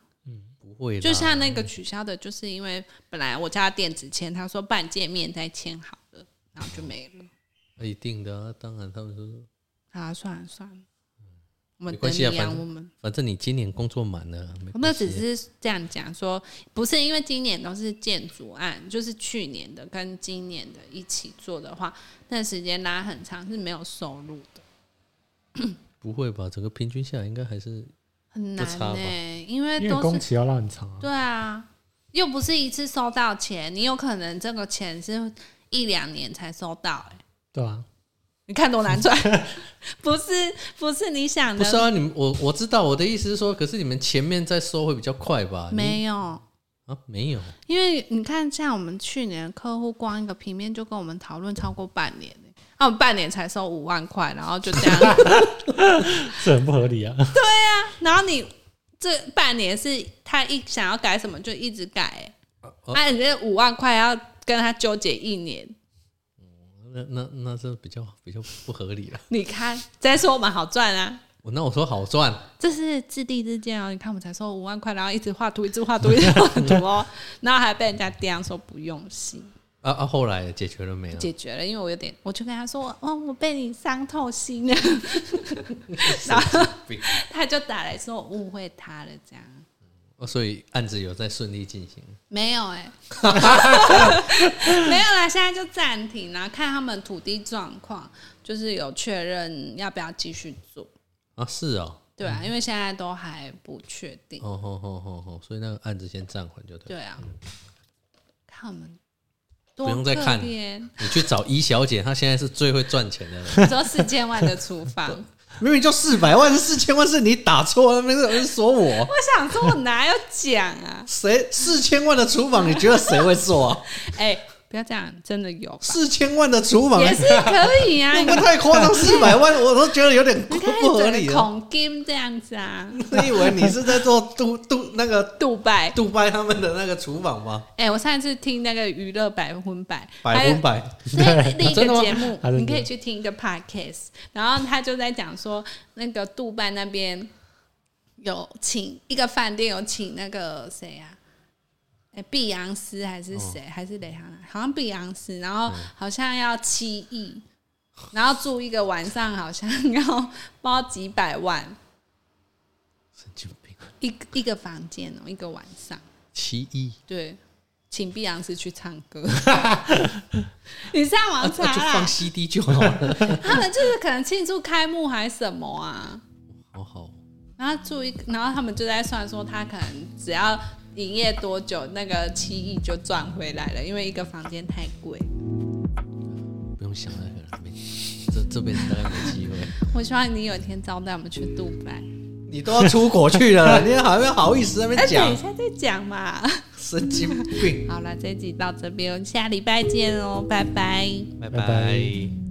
C: 不会啦，
A: 就像那个取消的，就是因为本来我叫他电子签，他说半见面再签好了，然后就没了。
C: 一定的、啊，当然他们说，
A: 啊，算了算了，我们
C: 没
A: 等
C: 关
A: 你
C: 系啊
A: 养
C: 反正
A: 我们。
C: 反正你今年工作满了，没
A: 我们
C: 关
A: 只
C: 系
A: 是这样讲说，不是因为今年都是建筑案，就是去年的跟今年的一起做的话，那时间拉很长是没有收入的，
C: 啊不会吧？整个平均下来应该还是
A: 很难
C: 不差
A: 呢、
C: 吧
A: 因为
B: 因为
A: 都
B: 工
A: 是
B: 期要拉很长啊，
A: 对啊，又不是一次收到钱，你有可能这个钱是一两年才收到、欸，
B: 对啊，
A: 你看多难 赚，不是不是你想
C: 不
A: 的，
C: 是啊？你们我我知道我的意思是说，可是你们前面再收会比较快吧？你
A: 没有。
C: 啊，没有，
A: 因为你看，像我们去年客户光一个平面就跟我们讨论超过半年、欸，那我们半年才收五万块，然后就这样，
B: 这很不合理啊。
A: 然后你这半年是他一想要改什么就一直改、欸，
C: 哦
A: 那、你这五万块要跟他纠结一年，
C: 那那那这比较比较不合理了。
A: 你看，再说我们好赚啊，
C: 我那我说好赚，
A: 这是自地自建哦。你看我们才收五万块，然后一直画图，一直画图，一直画图 哦，然后还被人家刁说不用心。
C: 啊啊，后来解决了没有？
A: 解决了，因为我有点，我就跟他说，哦，我被你伤透心 了， 然后
C: 病
A: 他就打来说我误会他了，这样
C: 哦所以案子有在顺利进行。
A: 没有 哎、没有啦，现在就暂停啦，看他们土地状况，就是有确认要不要继续做，
C: 啊，是哦，
A: 对啊，因为现在都还不确定，
C: 哦哦哦哦哦，所以那个案子先暂缓就对
A: 对
C: 了。
A: 啊，看我们
C: 不用再看
A: 多可怜，
C: 你去找一小姐，她现在是最会赚钱的人。
A: 你说四千万的厨房。
C: 明明就四百万，四千万是你打错，那边有人说我
A: 我想说，我哪有讲啊？
C: 谁四千万的厨房，你觉得谁会做 啊？
A: 哎、不要这样，真的有吧？
C: 四千万的厨房
A: 也是可以啊，
C: 会
A: 你
C: 不会太夸张，四百万我都觉得有点不
A: 看
C: 不合
A: 整
C: 理啊
A: 个
C: 了。
A: 孔金这样子啊，
C: 你以为你是在做杜杜那个
A: 杜拜。
C: 杜拜他们的那个厨房吗？
A: 哎、我上一次听那个娱乐百分百，
C: 百分百
A: 还有那另一
C: 真的
A: 个
C: 吗
A: 节目
B: 还，是
A: 你可以去听一个 podcast，然后他就在讲说，那个杜拜那边有请一个饭店有请那个谁啊？哎、碧昂斯还是
C: 哦
A: 谁？还是蕾哈娜？好像碧昂斯，然后好像要七亿，然后住一个晚上好像要包几百万
C: 神经病，
A: 一个一个房间哦、一个晚上。
C: 奇异。
A: 对，请碧昂斯去唱 歌。你上
C: 啊，
A: 网
C: 就
A: 查
C: 放
A: 啦，
C: CD 就好了，
A: 他们就是可能庆祝开幕还是什么啊，
C: 好哦好。
A: 然后住一个，然后他们就在算说他可能只要营业多久，那个七亿就赚回来了，因为一个房间太贵。
C: 不用想那个了，没这这辈子大概没机会。
A: 我希望你有一天招待我们去杜拜，
C: 你都要出国去 了，你还没好意思在那
A: 哎，
C: 边
A: 等一
C: 讲
A: 下再讲嘛。
C: 神经病。
A: 好了，这集到这边，下礼拜见哦，拜拜。
C: 拜
B: 拜
C: 拜
B: 拜